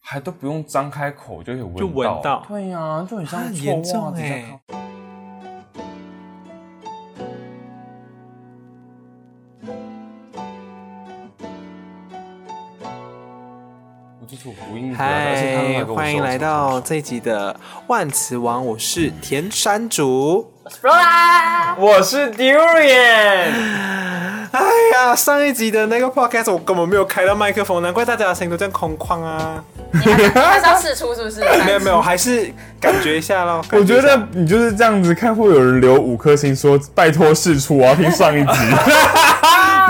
还都不用张开口就可以闻就闻到对呀、就很像啊很臭严重袜子在欸靠我哦这是我不应得的，而且他们还嗨，跟我欢迎说来什么到这一集的万磁王，我是田山竹。 我是 Durian，哎呀，上一集的那个 podcast 我根本没有开到麦克风，难怪大家的声音都这样空旷啊。他是要试出是不是？ 没有没有，还是感觉一 下咯。我觉感一下得你就是这样子看，会有人留五颗星说拜托试出，我要听上 一集。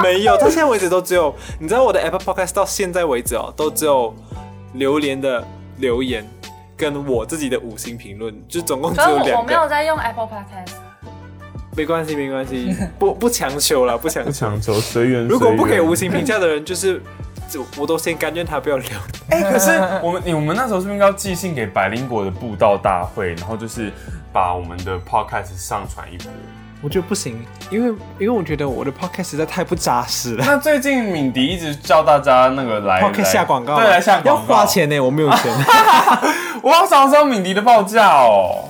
没有，到现在为止都只有，你知道我的 Apple Podcast 到现在为止哦，都只有榴莲的留言跟我自己的五星评论，就总共只可是有我我两没有个。在用 Apple Podcast，没关系，没关系，不不强求啦，不强不求。强求，随缘。 如果不给无星，星评价的人，就是就我都先甘愿他不要留。哎、可 是我们你我们那时候是不是应该要寄信给百灵果的布道大会，然后就是把我们的 podcast 上传一波？我觉得不行，因为因为我觉得我的 podcast 实在太不扎实了。那最近敏迪一直叫大家那个来 podcast 来下啊广告对，来下广告，要花。钱呢、我没有钱， 我好想知道敏迪的报价哦。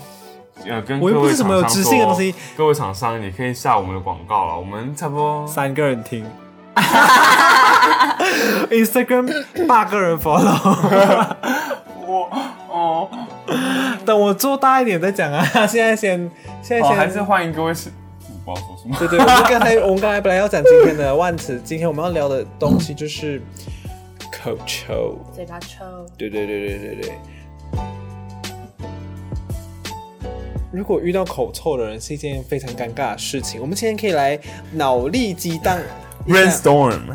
呃，跟我又不是什么有知性的东西。各位厂商，你可以下我们的广告了，我们差不多三个人听 ，Instagram 八个人 follow，我哦，等我做大一点再讲啊。 现在先，现在哦先，还是欢迎各位是，我不知道说什么。对对，我们刚才我们刚才本来要讲今天的万词，今天我们要聊的东西就是口臭。嘴巴抽。对对对对对对。如果遇到口臭的人是一件非常尴尬的事情，我们今天可以来脑力激荡一下 Brainstorm，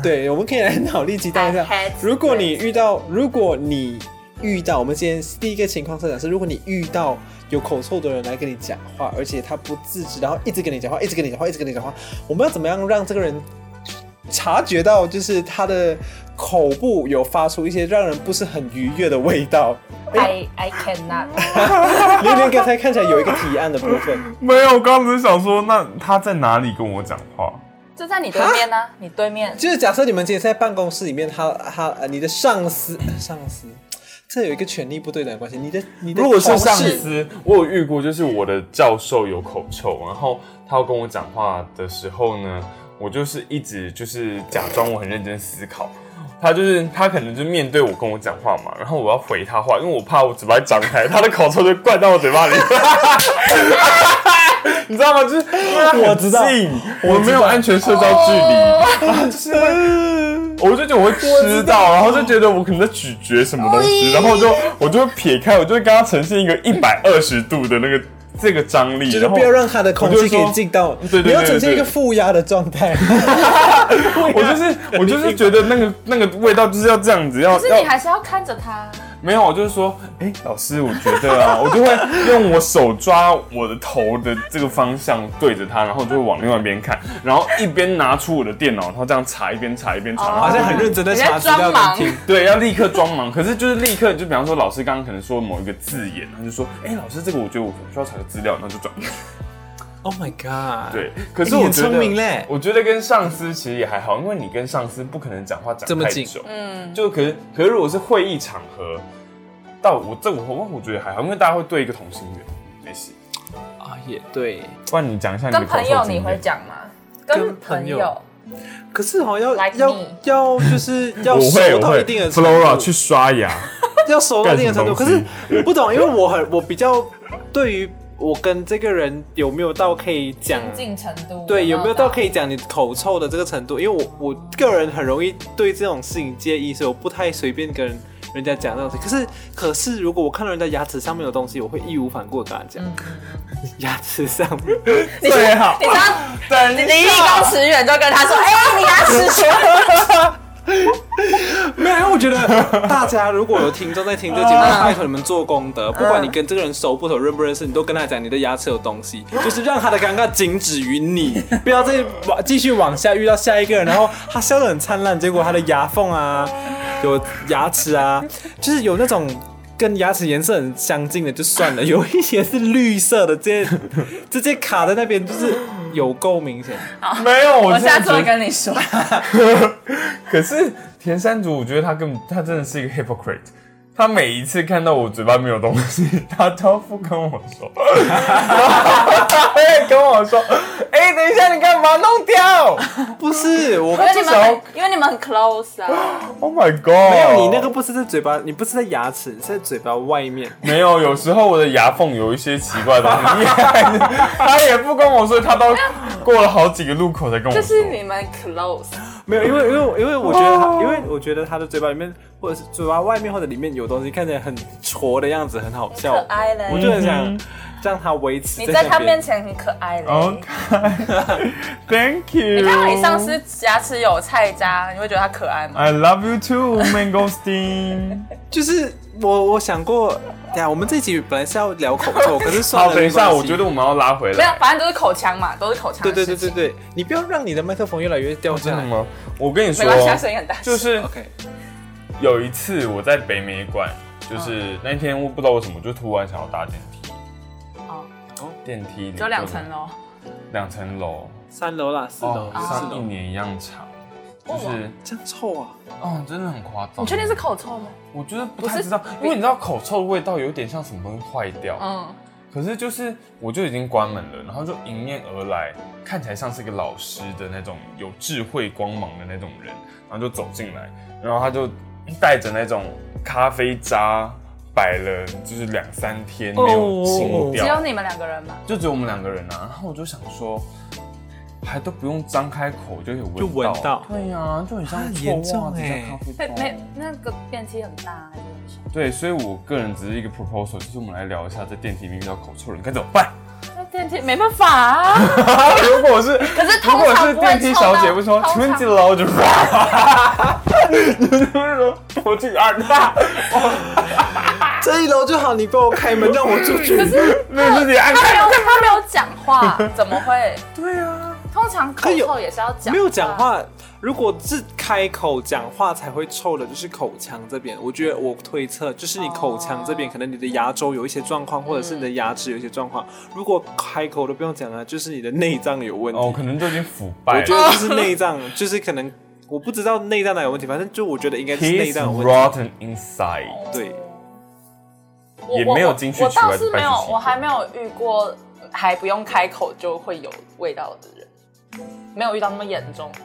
对，我们可以来脑力激荡一 I 下 had。如果你遇到，如果你遇到，我们今天第一个情况设想是，如果你遇到有口臭的人来跟你讲话，而且他不自知，然后一直跟你讲话，一直跟你讲话，一直跟你讲话，我们要怎么样让这个人察觉到，就是他的口部有发出一些让人不是很愉悦的味 道？ I I cannot。榴莲刚才看起来有一个提案的部分，没有，我刚刚只是想说，那他在哪里跟我讲话？就在你对面呢、你对面。就是假设你们今天在办公室里面，他他呃你的上司呃上司。这有一个权力不对等的关系，你的你的如果是同上事司，我有遇过，就是我的教授有口臭，然后他要跟我讲话的时候呢，我就是一直就是假装我很认真思考。他就是他可能就面对我跟我讲话嘛，然后我要回他话，因为我怕我嘴巴张开，他的口臭就灌到我嘴巴里， 你知道吗？就是我知道因为很近我哦没有安全社交距离，是会我就觉得我会吃到，然后就觉得我可能在咀嚼什么东西，然后就我就会撇开，我就会跟他呈现一个一百二十度的那个这个张力，就是然后不要让他的空气给进到，我就说对对对你要呈现一个负压的状态。我就是我就是觉得那个那个味道就是要这样子，要可是要你还是要看着他，没有，我就是说，哎、老师，我觉得啊，我就会用我手抓我的头的这个方向对着它，然后就会往另外一边看，然后一边拿出我的电脑，然后这样查一边查一边查，然后好就像很认真在你查在资料装跟忙听， 对，要立刻装忙。可是就是立刻，就比方说老师刚刚可能说某一个字眼，他就说，哎、老师，这个我觉得我需要查个资料，然后就转过去。 Oh my god！对，可是诶你我很觉得，聪明嘞我觉得跟上司其实也还好，因为你跟上司不可能讲话讲这么太近久，嗯，就可是可是如果是会议场合，到我这我我我觉得还好，因为大家会对一个同心圆，没事。啊，也对。不然你讲一下你的跟口朋臭友经你验会讲吗？跟跟朋朋友友，可是好像要 Like 要 me 要就是要我会熟我到会一定的程度，Flora 去刷 牙，要熟到一定的程度。可干什是么东西我不懂，因为我很我比较对于我跟这个人有没有到可以讲亲近程度对，有没有到可以？以讲你口臭的这个程度？因为我我个人很容易对这种事情介意，所以我不太随便跟人家讲这种事。可是可是，如果我看到人家牙齿上面有东西，我会义无反顾地跟他讲。 牙齿上面，最好你知道，等你离一公尺远就跟他说：“哎、你牙齿 出没有，因为我觉 得大家如果有听众在听这个节 目，拜托你们做功德，不管你跟这个人熟不熟、认不认识，你都跟他讲你的牙齿有东西，就是让他的尴尬仅止于 你，不要再往继续往下遇到下一个人，然后他笑得很灿烂，结果他的牙缝 啊，有牙齿啊，就是有那种。跟牙齿颜色很相近的就算 了，有一些是绿色的，直接直接卡在那边，就是有够明显。没有，我我现在下次觉会得，跟你说。可是田山竹，我觉得他根本他真的是一个 hypocrite。他每一次看到我嘴巴没有东西，他都不跟我说，他会跟我说：“哎、等一下，你干嘛弄掉不是我哦因为你至少们很因为你们很 close 啊， ？”Oh my god！没没有，你那个不是在嘴巴，你不是在牙齿，是在嘴巴外面。没有，有时候我的牙缝有一些奇怪的东西， 他也不跟我说，他都过了好几个路口才跟我就说。是你们 close。没有，因为因为因为我觉得他，因为我觉得他的嘴巴里面或者是嘴巴外面或者里面有东西，看起来很挫的样子，很好笑可，爱嘞我就很想嗯让他维持。你在他面，前很可爱嘞。哦 OK，Thank you。你看到你上司牙齿有菜渣，你会觉得他可爱哎吗？ I love you too, Mangosteen。就是我我想过，等一下我们这一集本来是要聊口臭，可是算好，了，等一下，没关系我觉得我们要拉回没有来。，反正都是口腔嘛，都是口腔。对对对对，对，你不要让你的麦克风越来越掉下真的来。吗？我跟你说哦没，关系，他声音很大。就是。 OK，有一次我在北美馆，嗯就是那天我不知道为什么就突然想要搭电梯，哦，电梯里只有两层，楼，两层楼，三楼啦，四楼哦，，四上一楼，年一样长，就是这样臭啊！哦，真的很夸张。你确定是？口臭吗？我觉得不太知道，因为你知道口臭的味道有点像什么东西坏掉，嗯，可是就是我就已经关门了，然后就迎面而来，看起来像是一个老师的那种有智慧光芒的那种人，然后就走进来，然后他就带着那种咖啡渣摆了就是两三天没哦有清只有掉，你们两个人吗？就只有我们两个人啊，然后我就想说。还都不用张开口就有就闻闻到，到对呀、啊，就很像很臭严重袜子欸加咖啡没包没，那个电梯很大还是很小？对，所以我个人只是一个 proposal，就是我们来聊一下在电梯里面遇到口臭的人该怎么办。那电梯没办法啊。如果是可是如通果常是不会电梯小姐，会说通春常季楼就哇，就是说 我去二大，这一楼就好，你帮我开门，让我出去。那是你 按他没开。有他没有讲话，怎么会？对啊，通常口臭也是要讲，没有讲。话，如果是开口讲话才会臭的，就是口腔这边。我觉得我推测，就是你口腔这边，哦可能你的牙周有一些状况，或者是你的牙齿有一些状况。如果开口都不用讲了，啊就是你的内脏有问题。哦，可哦能都已经腐败我觉了。得就是内脏，就是可能我不知道内脏哪有问题，反正就我觉得应该是 He's 内脏有问题。 rotten inside。对，我也没有进去我我取完倒是没有半只鸡，腿我还没有遇过还不用开口就会有味道的人，没有遇到那么严重。哎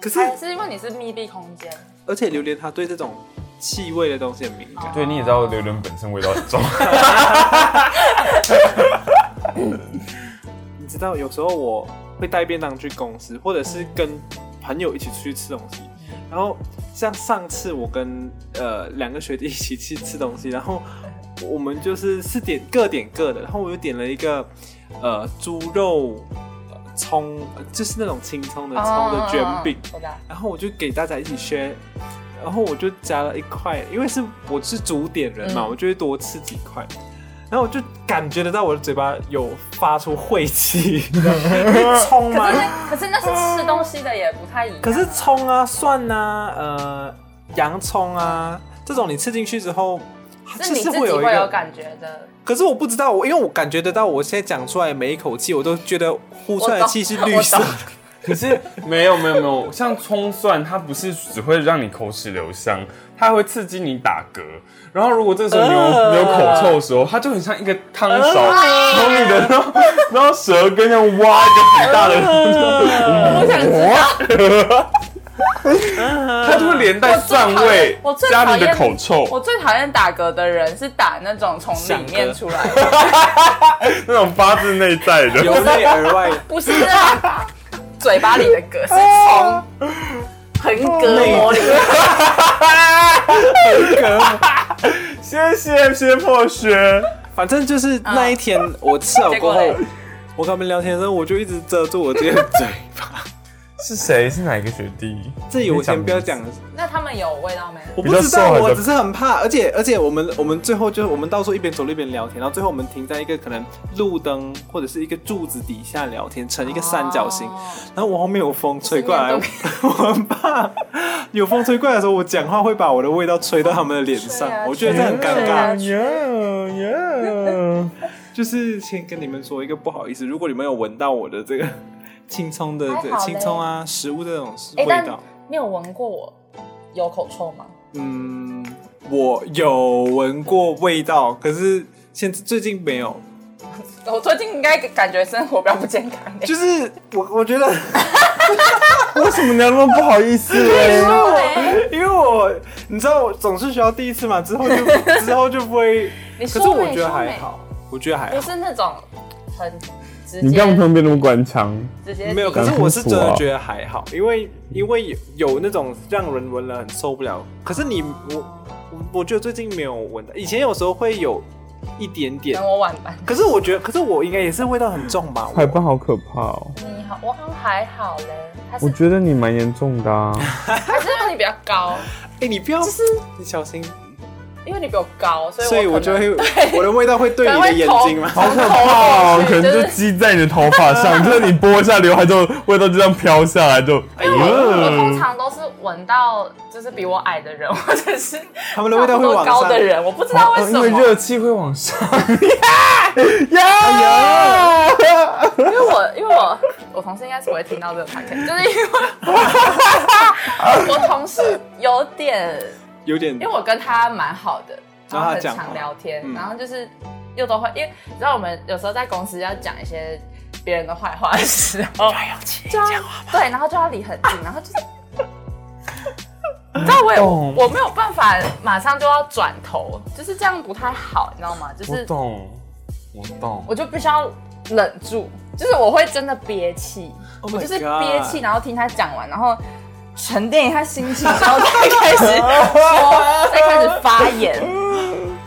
可是还是因为你是密闭空间，而且榴莲它对这种气味的东西很敏感。对，你也知道榴莲本身味道很重。你知道，有时候我会带便当去公司，或者是跟朋友一起出去吃东西。然后像上次我跟呃两个学弟一起去吃东西，然后我们就是是点各点各的，然后我又点了一个呃猪肉呃葱，呃就是那种青葱哦的葱嗯的卷饼，我知道然后我就给大家一起 share，然后我就加了一块，因为是我是主点人嘛，嗯我就会多吃几块。然后我就感觉得到我的嘴巴有发出晦气， 葱可吗是？那可是那是吃东西的也不太一样啊。可是葱啊、蒜啊、呃、洋葱啊这种，你吃进去之后，是就你自是己会有一会有个。感觉的。可是我不知道，我因为我感觉得到，我现在讲出来每一口气，我都觉得呼出来的气是绿色我的懂。可是没有没有没有，像葱蒜，它不是只会让你口齿留香，它还会刺激你打嗝。然后如果这时候你有、呃你有口 臭的时候，它就很像一个汤勺呃从你的 然后然后舌根上挖一个很 大呃的，我想知道，它就会连带蒜味我最讨加厌你的口臭，我最讨厌打嗝的人是打那种从里面出来的，那种发自内在 由的。内而外，不是那种嘴巴里的嗝，是从横膈膜里。谢谢谢破学，反正就是那一天我吃了过后嗯结果嘞，我跟他们聊天的时候，我就一直遮住我自己 的嘴巴。是谁？是哪一个学弟？这里我先不要讲，那他们有味道没？我不知比较瘦道，还是我只是很怕，而且而且我们我们最后就是我们到时候一边走路一边聊天，然后最后我们停在一个可能路灯或者是一个柱子底下聊天，成一个三角形。哦然后我后面有风吹过来，面我对我很怕有风吹过来的时候，我讲话会把我的味道吹到他们的脸上吹啊，我觉得这很尴吹尬啊。呀呀！就是先跟你们说一个不好意思，如果你们有闻到我的这 个青葱的还好这嘞个青葱啊食物这种是哎味但道，你有闻过我有口臭吗？嗯，我有闻过味道，可是现最近没有。我最近应该感觉生活比较不健康一点，就是我我觉得， 为什么你要那么不好意思、欸？因为我你知道我总是学校第一次嘛，之 后就之后就不会。你可说是美我觉得说还美好，我觉得还不好。是那种很直你接干嘛突然变那么官腔？直接没有，可抵是触我是真感的触啊觉得还好，因为因为有有那种让人闻了很受不了。可是你我我我觉得最近没有闻到，以前有时候会有一点点等，我晚班。可是我觉得，可是我应该也是味道很重吧？海我报好可怕哦！你好，我好像还好嘞，还我是觉得你蛮严重的啊。还是因为你比较高，哎、你不要，你小心，因为你比我高，所以所以我可就能会，我的味道会对可你能的会眼头睛吗？好可怕哦！头过去可就能就是积在你的头发上，就是你拨一下刘海之后，味道就这样飘下来，就哎我通呦，常都是闻到就是比我矮的人，或者是他们的味道会差不多往高上的。人，我不知道为什因哦么，为热气会往上。哎呀！因为我因为我我同事应该是不会听到这个 p o d 就是因为我同事有点，有点因为我跟他蛮好的，然然后后他很讲话常聊天，嗯然后就是又都会，因为你知道我们有时候在公司要讲一些别人的坏话的时候，就要对，然后就要离很近，然后就是。你知道我也懂我没有办法马上就要转头，就是这样不太好，你知道吗？就我是懂，我懂。我就必须要忍住，就是我会真的憋气 Oh my 我就是 God 憋气，然后听他讲完，然后沉淀一下心情，然后再开始说，再开始发言。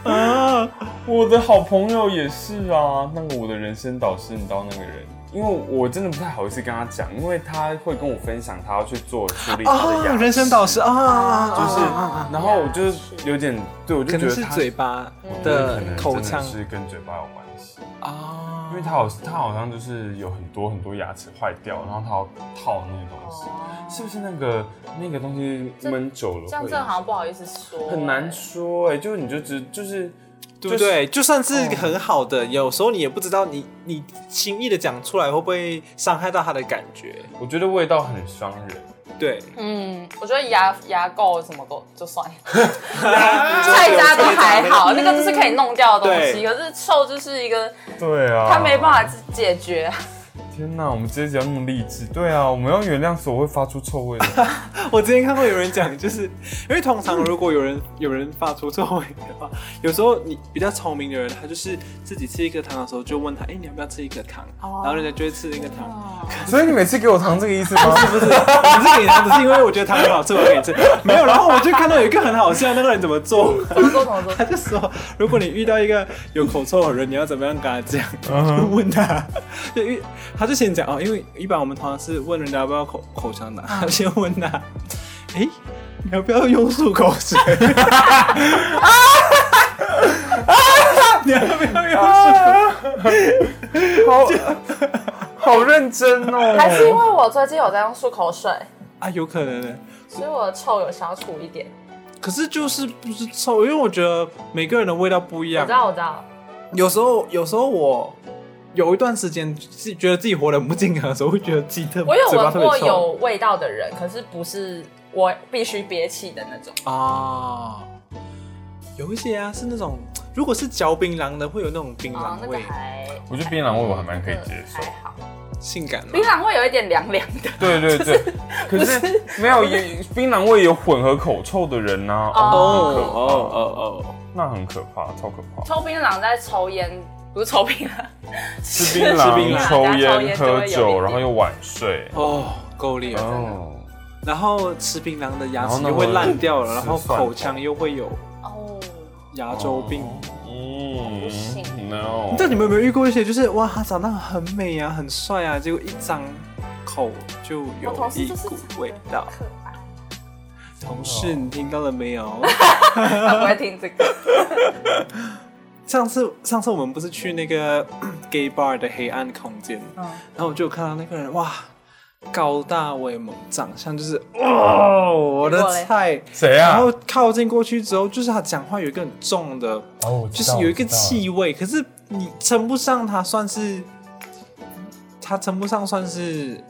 啊，我的好朋友也是啊，那个我的人生导师，你知道那个人，因为我真的不太好意思跟他讲，因为他会跟我分享他要去做处理他的牙哦人生导师啊，就，就是然后我就是有点，对我就可觉能得是他嘴巴可的能口真的腔是跟嘴巴有关系，啊因为他好他好像就是有很多很多牙齿坏掉，然后他要套那个东西，是不是那个那个东西闷久了哦这样会真的好像不好意思说，很难说哎、就是你就只就是对不对？就算是很好的，有时候你也不知道你你轻易的讲出来会不会伤害到他的感觉。我觉得味道很伤人。对，嗯，我觉得牙牙垢什么都就算了，菜渣都还嗯好，那个就是可以弄掉的东西。对可是臭就是一个，对啊，他没办法自解决。天哪，我们这一集要那么励志？对啊，我们要原谅所有会发出臭味的。我之前看过有人讲，就是因为通常如果有人有人发出臭味的话，有时候你比较聪明的人，他就是自己吃一颗糖的时候就问他，哎、你要不要吃一颗糖？哦然后人家就会吃一个糖。所以你每次给我糖这个意思吗？不是，我是给他，只是因为我觉得糖很好吃，我给你吃。没有，然后我就看到有一个很好笑，那个人怎么做？怎么做怎么 做？他就说，如果你遇到一个有口臭的人，你要怎么样跟他讲？嗯就问他，就遇他就先讲哦，因为一般我们通常是问人家要不要口口香糖，嗯他先问他，诶，你要不要用漱口 水？啊你要不要用漱口水？好认真哦。还是因为我最近有在用漱口水，啊，有可能的。所以我的臭有消除一点。可是就是不是臭，因为我觉得每个人的味道不一我样啊知。道，我知道，有时候，有时候我有一段时间是觉得自己活得很不健康的时候，会觉得自己特 我有嘴巴闻特别过臭有味道的人，可是不是我必须憋气的那种。啊，有一些啊是那种，如果是嚼槟榔的，会有那种槟啊榔，那个味，还我觉得槟榔味我还蛮可以接受还。好，性感吗槟？榔会有一点凉凉的。对对对，可是没有也槟榔味有混合口臭的人呐、哦哦，哦哦哦那很可怕，超可怕。抽槟榔在抽烟，不是抽槟榔，吃槟吃榔、槟榔抽抽烟、烟就会有喝一酒，点然后又晚睡哦，。哦，够力了。哦，然后吃槟榔的牙然后齿呢又会烂掉了，会然后吃蒜口腔又会有哦，牙周病。不行嗯，no。但你们有没有遇过一些，就是哇，他长得很美啊，很帅啊，结果一张口就有我同事一就是股味道。可爱，同事，你听到了没有？哦 他不会听这个。 上次上次我们不是去那个 gay bar 的黑暗空间，嗯，然后我就有看到那个人，哇，高大威猛，长相就是哇，哦我的菜。谁啊然？后靠近过去之后，就是他讲话有一个很重的，哦，就是有一个气味，可是你称不上他算是，他称不上算是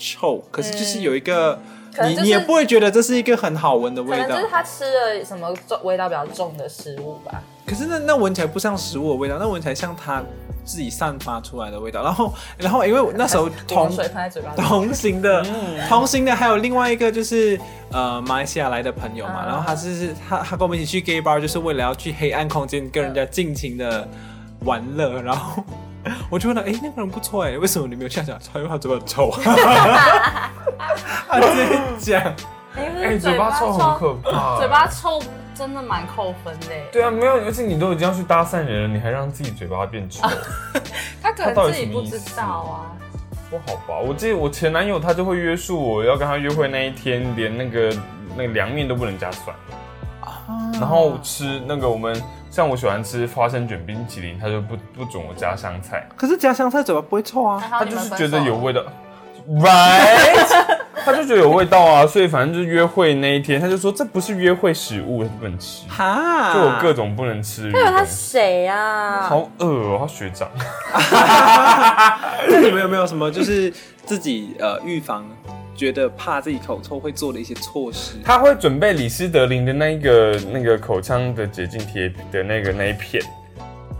臭，可是就是有一个嗯可能你就是你也不会觉得这是一个很好闻的可味能道就。是他吃了什么重味道比较重的食物吧。可是那那闻起来不像食物的味道，那闻起来像它自己散发出来的味道。然后然后因为我那时候同同水放在嘴巴里，同行的，同行的还有另外一个就是呃马来西亚来的朋友嘛，嗯然后他是他他跟我们一起去 gay bar，就是为了要去黑暗空间跟人家尽情的玩乐，然后 我就问他，哎、那个人不错哎、为什么你没有下脚？他因为他嘴巴很臭， 他直接讲，哎不哎、是嘴嘴巴巴臭很可怕。哎嘴巴臭真的蛮扣分的耶。欸对啊，没有，而且你都已经要去搭讪人了，你还让自己嘴巴变啊臭，他可能自己不知道啊。不好吧？我记得我前男友他就会约束我要跟他约会那一天，连那个那个凉面都不能加蒜，啊然后吃那个我们像我喜欢吃花生卷冰淇淋，他就不不准我加香菜，可是家乡菜嘴巴不会臭啊还，他好啊你就们是分觉得手有味道，right？他就觉得有味道啊，所以反正就是约会那一天，他就说这不是约会食物，他不能吃，哈，就有各种不能吃的还有他东西。谁啊？好恶哦、他学长。那你们有没有什么就是自己呃预防觉得怕自己口臭会做的一些措施？他会准备李斯德林的那一个那个口腔的洁净贴的那个那一片，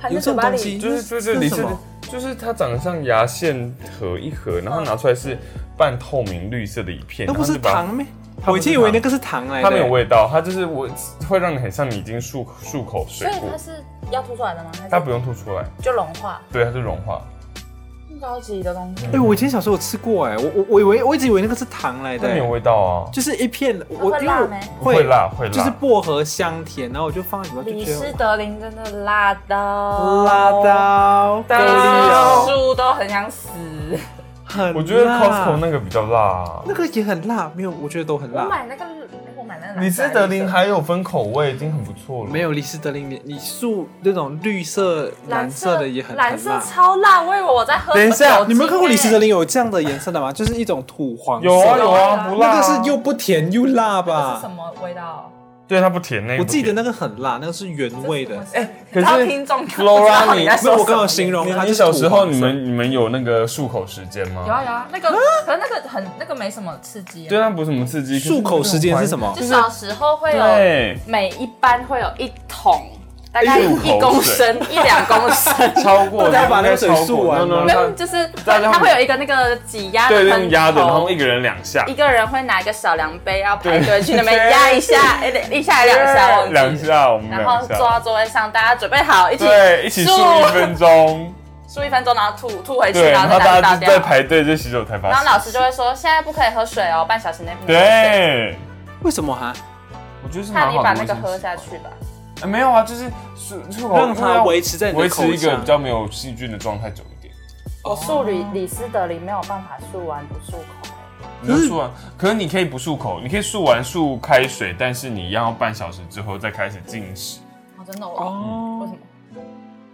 含有这在嘴种巴东西，里，就是就这是李这斯什么？，就是它长得像牙线盒一盒，然后拿出来是半透明绿色的一片，那不是然后就把它糖咩？它我不一是直以为糖那个是糖来的。它没有味道，它就是我会让你很像你已经漱漱口水所以过他，是要吐出来的吗？还是它不用吐出来，就融化？对，它是融化。更高级的东西哎、，我以前小时候有吃过哎、我我我以为我一直以为那个是糖来的它欸、没有味道啊，就是一片我会因为辣我吗？不会辣会就是辣，薄荷香甜，然后我就放在嘴巴嗯就李觉斯得德林真的辣到辣，到各高丽哦树都很想死。很辣我觉得 Costco 那个比较辣啊。那个也很辣，没有，我觉得都很我辣。买那个，我买那个蓝色李斯德林还有分口味，已经很不错了。没有李斯德林，你你素那种绿色、蓝色的也很蓝很色辣。超辣，我以为我在喝。等一下，你们看过李斯德？林有这样的颜色的吗？就是一种土黄色，有啊有啊，不辣那啊。个是又不甜又辣这是什吧？么味道？对它不甜那个不我记得甜那个很辣，那个是原味的。哎，可然后是听众 Flora，你没有，我刚好形容它你就是小时土候黄你色们你们有那个漱口时间吗？有啊有啊，那个可是那个很那个没什么刺激啊，对，它不是什么刺激。漱口时间是什么？么就？小时候会有对，每一班会有一桶，大概一一桶公升一两公 升，超过大家把那个水超过漱完 no, no, 没 no，有就是大家它会会有一个那个挤压它的对，喷用压的，然后头一。个人两下一，个人会拿一个小量杯，然后排对队去那边压 一下，哎一下两下，忘记两下，我们然后两坐下，到座位上，大家准备好，一起对，一起漱一分 钟， 数一分钟，然后吐吐回去，对，然后再大倒家就在掉。排队在洗手台发然后现。老师就会说，现在不可以喝水哦，半小时内不能喝水。对，为什么哈？啊我觉得是看蛮你好的把卫那生习惯。个喝下去吧。哎。没有啊，就是漱漱口，让它维持在你的维持一个口腔比较没有细菌的状态久一点。哦我漱李李斯德林没有办法漱完不漱口，你就漱完，可是你可以不漱口，你可以漱完漱开水，但是你要半小时之后再开始进食，哦真的我为哦什，么？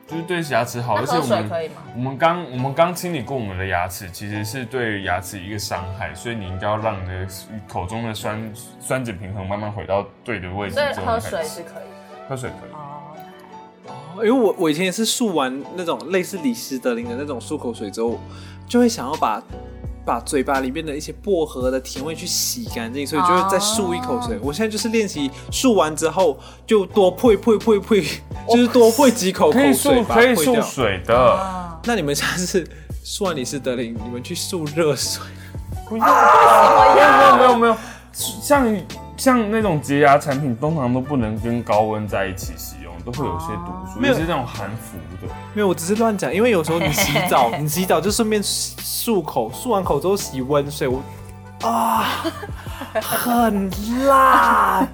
就是对牙齿好。那而且喝我水可们以吗？我们刚我们刚清理过我们的牙齿，其实是对牙齿一个伤害，所以你应该要让你的口中的酸酸碱平衡慢慢回到对的位置所以之后，喝你开水始是可以。喝水可以。因哦，为我我以前也是漱完那种类似李斯德林的那种漱口水之后，就会想要把把嘴巴里面的一些薄荷的甜味去洗干净，所以就会再漱一口水。哦我现在就是练习漱完之后就多呸呸呸呸，就是多呸几口口可以水漱吧，可以呸漱。掉水的，啊，那你们下次漱完李斯德林，你们去漱热水。不用吧没有没有没有没有，像像那种洁牙产品，通常都不能跟高温在一起使用，都会有些毒素，没尤有其是那种含氟的。没有，我只是乱讲，因为有时候你洗澡，你洗澡就顺便漱口，漱完口之后洗温水，我啊，很辣，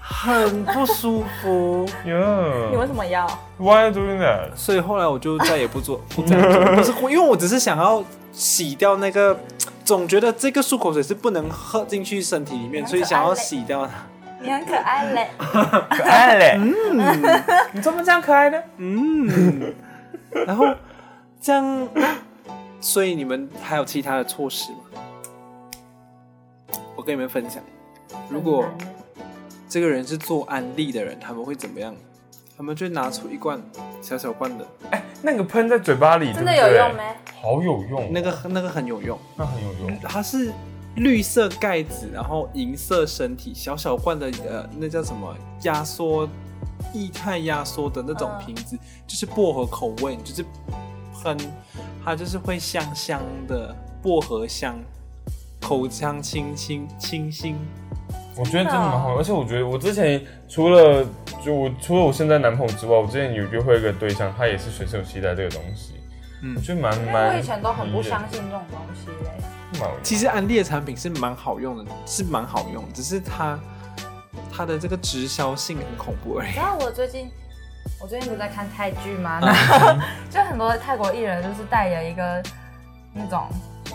很不舒服，你为 Yeah, 什么要？ why are you doing that? 所以后来我就再也不做，不这样做，不是因为我只是想要洗掉那个，总觉得这个漱口水是不能喝进去身体里面，所以想要洗掉它。你很可爱嘞。可爱嘞，你怎么这样可爱呢？嗯，然后这样，所以你们还有其他的措施吗？我跟你们分享，如果这个人是做安利的人，他们会怎么样？他们就拿出一罐小小罐的，那个喷在嘴巴里，真的对不对有用没？好有用，那个那个很有用，那很有用。它是绿色盖子，然后银色身体，小小罐的呃，那叫什么压缩液态压缩的那种嗯瓶子，就是薄荷口味，你就是喷，它就是会香香的薄荷香，口腔清新清新。我觉得真的蛮好，而且我觉得我之前除了就我除了我现在男朋友之外，我之前有约会一个对象，他也是随身有携带这个东西，嗯嗯，就蛮因为蛮，我以前都很不相信这种东西嘞。蛮有意思其实安利的产品是蛮好用的，是蛮好用，只是它它的这个直销性很恐怖而已你。知道我最近，我最近不是在看泰剧吗？然后 就很多泰国艺人就是带了一个那种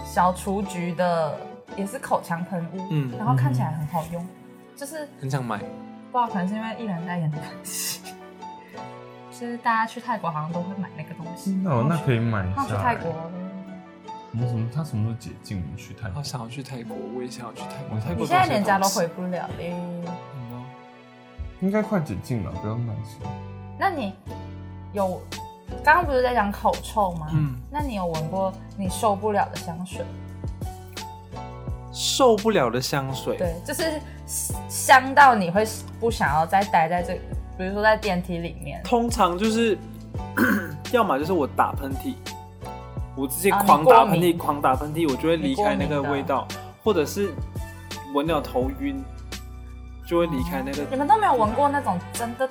小雏菊的，也是口腔喷雾，嗯然后看起来很好用，就是很想买，不知道可能是因为艺人代言的关系，就是大家去泰国好像都会买那个东西。哦那我那可以买一他去下。泰国，我们什么？他什么时候解禁？我们去泰好国？想要去泰国，我也想要去泰国。我泰国你现在东西连家好都吃回不了嘞。嗯哦应该快解禁了，不要买什么。那你有刚刚不是在讲口臭吗？嗯那你有闻过你受不了的香水？受不了的香水，对，就是香到你会不想要再待在这，比如说在电梯里面，通常就是 要么就是我打喷嚏，我直接啊狂你打过喷嚏，敏狂打喷嚏，我就会离开那个你过敏的味道，或者是闻了头晕，就会离开那你个。们都没有闻过那种真的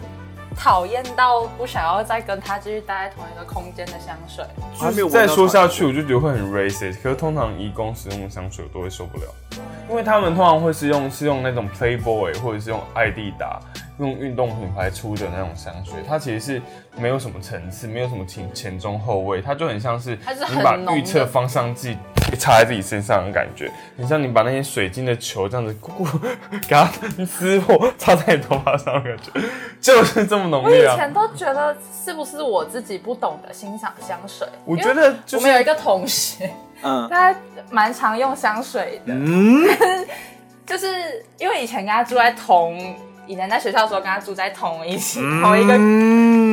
讨厌到不想要再跟他继续待在同一个空间的香水？我还没有闻到再说下头去，我就觉得会很 racist。可是通常移工使用的香水我都会受不了，因为他们通常会是用是用那种 Playboy 或者是用艾迪达用运动品牌出的那种香水，它其实是没有什么层次，没有什么前前中后味，它就很像是它是很你把浓的预测芳香剂擦在自己身上的感觉，很像你把那些水晶的球这样子咕咕给它撕破插在你头发上的感觉，就是这么浓我以烈啊！前都觉得是不是我自己不懂得欣赏香水？我觉得因为就我是们有一个同学，嗯他蛮常用香水的，嗯， 就是因为以前跟他住在同，以前在学校的时候跟他住在同一起、嗯 同一个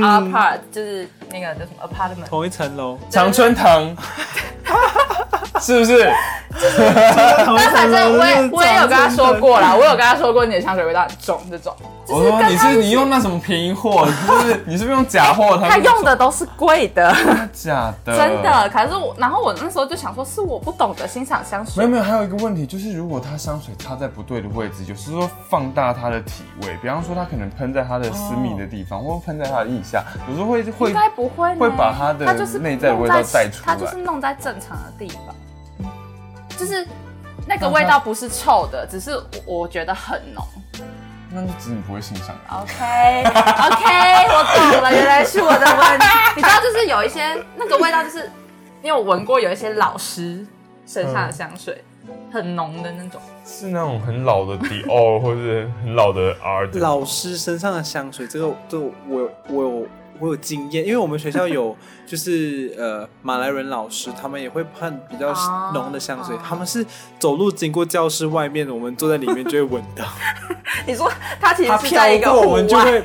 apart，就是那个叫什么 apartment，同一层 楼， 常春藤，是不是？但反正我哦也我也有跟他说过啦，我有跟他说过你的香水味道很重这种，我说哦你是你用那什么便宜货， 就是你是不是用假货？他们用的都是贵的，假的，真的。可是我，然后我那时候就想说，是我不懂得欣赏香没水有。没有，还有一个问题就是，如果它香水擦在不对的位置，有时候放大它的体味，比方说它可能喷在它的私密的地方，或喷在它的腋下，有时候会会哦应该不会呢，会把它的它就是内在的味道带出它来就是弄在正常的地方，就是那啊个味道不是臭的，只是我我觉得很浓。那就指你不会欣赏。 OK OK，我懂了，原来是我的问 题。你知道，就是有一些那个味道，就是你有闻过有一些老师身上的香水，很浓的那种。是那种很老的迪奥或者很老的 R 的，老师身上的香水，这个这个我有我有我有经验，因为我们学校 有就是呃马来人老师，他们也会喷比较哦浓的香水哦，他们是走路经过教室外面，我们坐在里面就会闻 到，你说它其它实是飘在一个过我户们就外，会。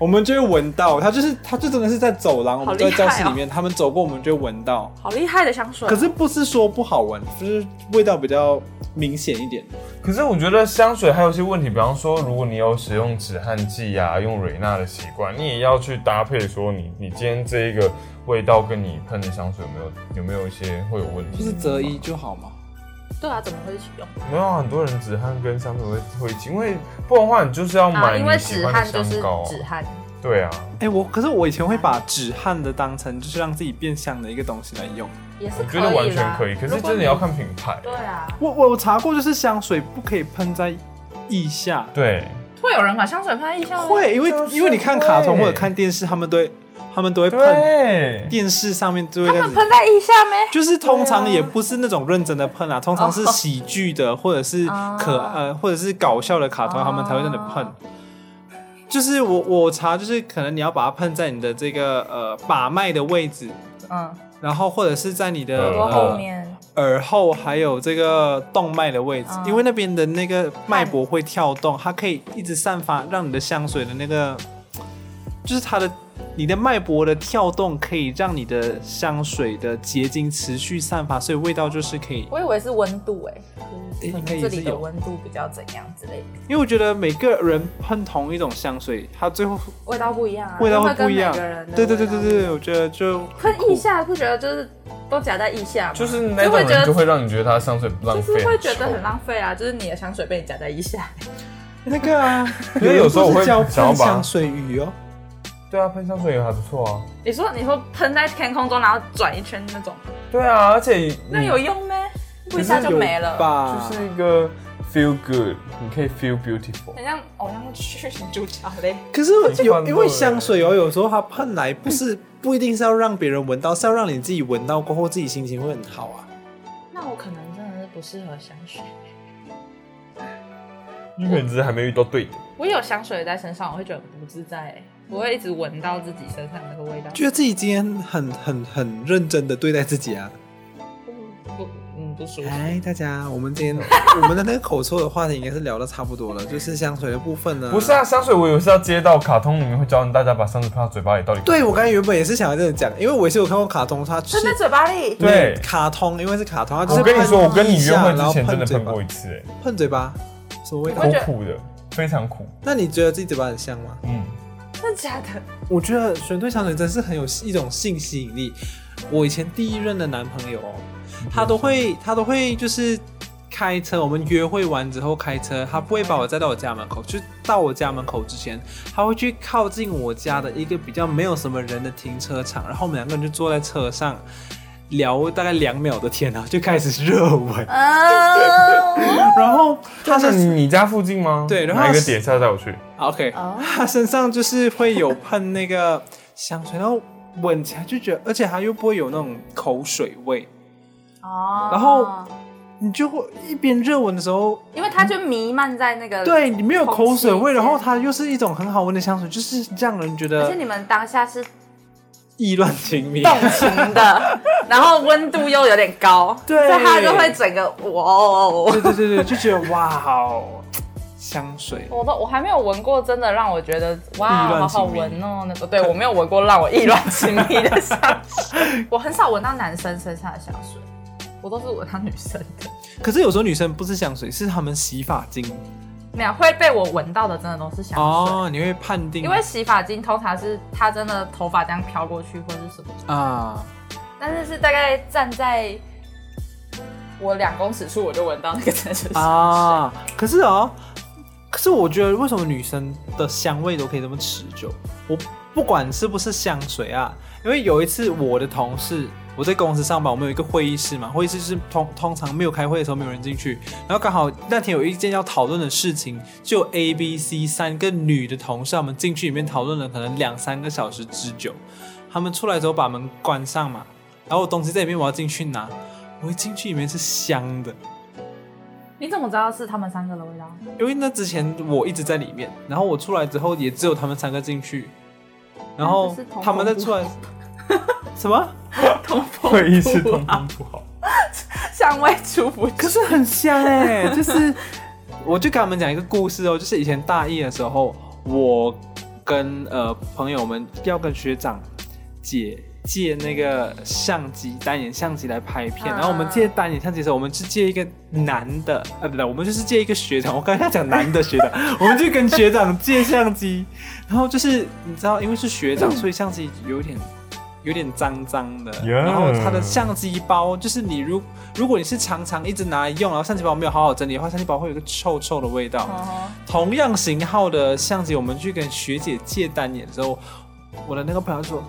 我们就会闻到，它就是它就真的是在走廊，我们好在厉害哦嗯教室里面，他们走过我们就会闻到。好厉害的香水。可是不是说不好闻，就是味道比较明显一点。可是我觉得香水还有一些问题，比方说，如果你有使用止汗剂啊、用蕊纳的习惯，你也要去搭配说你你今天这一个味道跟你喷的香水有没有有没有一些会有问就是题？择一就好嘛。对啊，怎么会一起用没有啊，很多人止汗跟香水会会一起，因为不然的话你就是要啊？买因为你喜止欢的汗就香是膏啊。止汗，对啊，哎、我可是我以前会把止汗的当成就是让自己变香的一个东西来用。也是我可觉以啦得完全可以，可是真的要。看品牌如。果你对啊，我我有查过，就是香水不可以喷在腋下，对，会有人把香水喷在腋下吗？会因为就是因为你看卡通会或者看电视，他们都会他们都会喷，对，电视上面就会他这样们子喷在腋下没？就是通常也不是那种认真的喷啊啦，通常是喜剧的或者是可啊呃或者是搞笑的卡通，啊他们才会真的喷。就是我我查，就是可能你要把它喷在你的这个呃把脉的位置，嗯，然后或者是在你的耳朵多呃后面耳后还有这个动脉的位置，嗯因为那边的那个脉搏会跳动，它可以一直散发，让你的香水的那个，就是它的你的脉搏的跳动可以让你的香水的结晶持续散发，所以味道就是可以。我以为是温度哎、就是可应该能也这是里的有温度比较怎样之类的，因为我觉得每个人喷同一种香水，它最后味道不一样啊，味道会会不一样跟每个人。的对对对对味道不一样对，我觉得就很喷酷腋下不觉得就是都夹在腋下吗？就是那种会觉人得就会让你觉得他香水浪就费，是会觉得很浪费啊，就是你的香水被你夹在腋下， 那个啊，因为有时候我会叫想要喷把它香水鱼哦。对啊，喷香水也还不错啊。你说你说喷在天空中，然后转一圈那种，嗯对啊，而且那有用咩？不一下就没了，吧？嗯就是一个 feel good，你可以 feel beautiful。很像偶像剧女主角嘞。可是我喜欢有，的因为香水哦，有时候它喷来不是 不一定是要让别人闻到，是要让你自己闻到过后自己心情会很好啊。那我可能真的是不适合香水。你可能只是还没遇到对的。我有香水在身上，我会觉得不自在、欸，我会一直闻到自己身上那个味道。觉得自己今天很很很认真的对待自己啊。不，嗯，不舒服。哎，大家，我们 今天我们的那个口臭的话题应该是聊的差不多了，就是香水的部分呢。不是啊，香水我以为是要接到卡通里面会教大家把香水喷到嘴巴里，到底对我刚才原本也是想要这样讲，因为我也是有看过卡通，它是喷在嘴巴里，对卡通，因为是卡通，它就是我跟你说，我跟你约会喷一下之前真的喷然后过嘴一次、欸，巴，喷嘴巴，什么味道我？哎，觉得苦苦的，非常苦。那你觉得自己嘴巴很香吗？嗯，真的假的？我觉得选对香水真是很有一种性吸引力。我以前第一任的男朋友哦，嗯他都会他都会就是开车，我们约会完之后开车，他不会把我载到我家门口，就到我家门口之前，他会去靠近我家的一个比较没有什么人的停车场，然后我们两个人就坐在车上聊大概两秒的天，然后就开始热吻，啊然后他那是你家附近吗？对然后哪一个点下带我去？啊 OK，哦他身上就是会有喷那个 香水，然后闻起来就觉得，而且他又不会有那种口水味， 哦然后你就会一边热吻的时候，因为它就弥漫在那个，对你没有口水空气味，间然后它又是一种很好闻的香水，就是让人觉而且得你们当下是意乱情迷。动情的， 然后温度又有点高，对所以它就会整个哇哦。对对对对，就觉得哇哦，香水。我都我还没有闻过，真的让我觉得哇，意好乱情好迷闻哦。那个对我没有闻过让我意乱情迷的香水，我很少闻到男生身上的香水，我都是闻到女生的。可是有时候女生不是香水，是她们洗发精没有会被我闻到的，真的都是香水。哦，你会判定因为洗发精通常是它真的头发这样飘过去或是什么，啊，但是是大概站在我两公尺处我就闻到那个真的是啊，可是哦，可是我觉得为什么女生的香味都可以这么持久？我不管是不是香水啊，因为有一次我的同事，我在公司上班，我们有一个会议室嘛，会议室是通通常没有开会的时候没有人进去，然后刚好那天有一件要讨论的事情，就 A、B、C 三个女的同事，我们进去里面讨论了可能两三个小时之久，她们出来之后把门关上嘛，然后我东西在里面，我要进去拿，我一进去里面是香的。你怎么知道是他们三个的味道？因为那之前我一直在里面，然后我出来之后也只有他们三个进去，然后那就是同他们再出来，什么？通风 会议室通风不好。香味出不可是很香哎、就是 我就跟他们讲一个故事哦，就是以前大一的时候，我跟呃朋友们要跟学长借借那个相机单眼相机来拍片，嗯然后我们借单眼相机的时候，我们是借一个男的，呃，不对，我们就是借一个学长，我刚才要讲男的学长， 我们就跟学长借相机，然后就是你知道，因为是学长，所以相机有点。有点脏脏的 Yeah 然后他的相机包就是你如如果你是常常一直拿来用，然后相机包没有好好整理的话，相机包会有一个臭臭的味道。哦，同样型号的相机，我们去跟学姐借单眼的时候，我的那个朋友说：“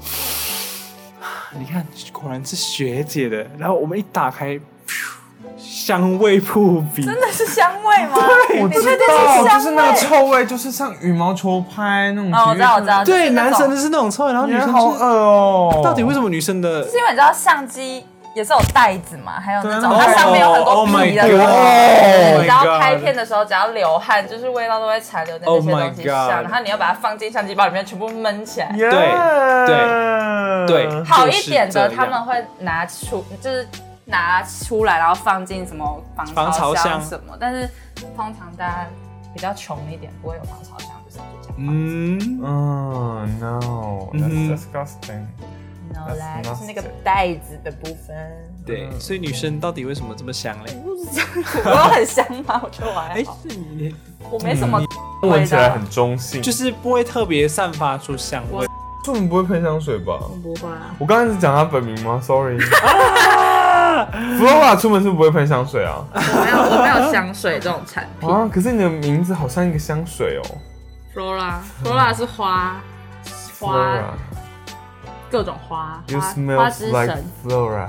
你看，果然是学姐的。”然后我们一打开， 噗香味扑鼻，真的是香味吗？我你确知定道，是哦就是香那个味？臭味，就是像羽毛球拍那种。哦，我知道，我知道。对，就是那男种生就是那种臭味，然后你女生好就恶是哦、到底为什么女生的是因为你知道相机也是有袋子嘛，还有那种对啊它上面有很多 Oh my 皮的 God 东西。 Oh my 你知道 God 拍片的时候，只要流汗，就是味道都会残留在那些 Oh my 东西上 God 然后你要把它放进相机包里面，全部闷起来。 Yeah 对对好一就是点这的，样他们会拿出，就是拿出来，然后放进什么防防潮箱箱什么，但是通常大家比较穷一点，不会有防潮箱，就是就这样。嗯，Oh, 嗯，no，that's 嗯哼 disgusting。 No 啦， That's 就是那个 nasty 袋子的部分。 对，所以女生到底为什么这么想嘞？我有很香吗？我觉得我还哎好，，是你我没什么嗯闻味起来道。很中性，就就是不会特别散发出香味。我们不会喷香水吧？不会啊，我刚开始讲他本名吗？Sorry。Flora 出门是不会喷香水 啊我没有，我没有香水这种产品。啊！可是你的名字好像一个香水哦 Flora，Flora 是花，花各种花， ，You 花花 smell 之 like 神。 Flora。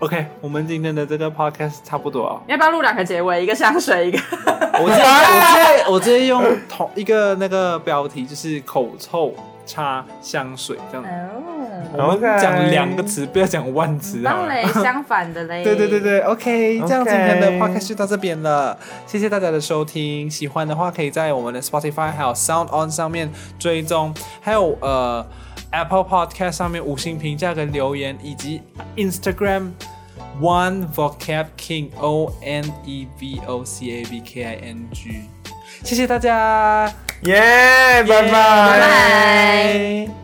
OK，我们今天的这个 podcast 差不多啊。你要不要录两个结尾？一个香水，一 个 我直接我直接我直接用同一个那个标题，就是口臭擦香水这样。哦，我们 OK 讲两个词，不要讲万词啊当。嘞，相反的嘞。对对对。对，OK，这样 OK 今天的 podcast 就到这边了，谢谢大家的收听。喜欢的话，可以在我们的 Spotify 还有 Sound On 上面追踪，还有呃 Apple Podcast 上面五星评价跟留言，以及 Instagram One Vocab King O N E V O C A B K I N G。谢谢大家，耶，拜耶拜。拜。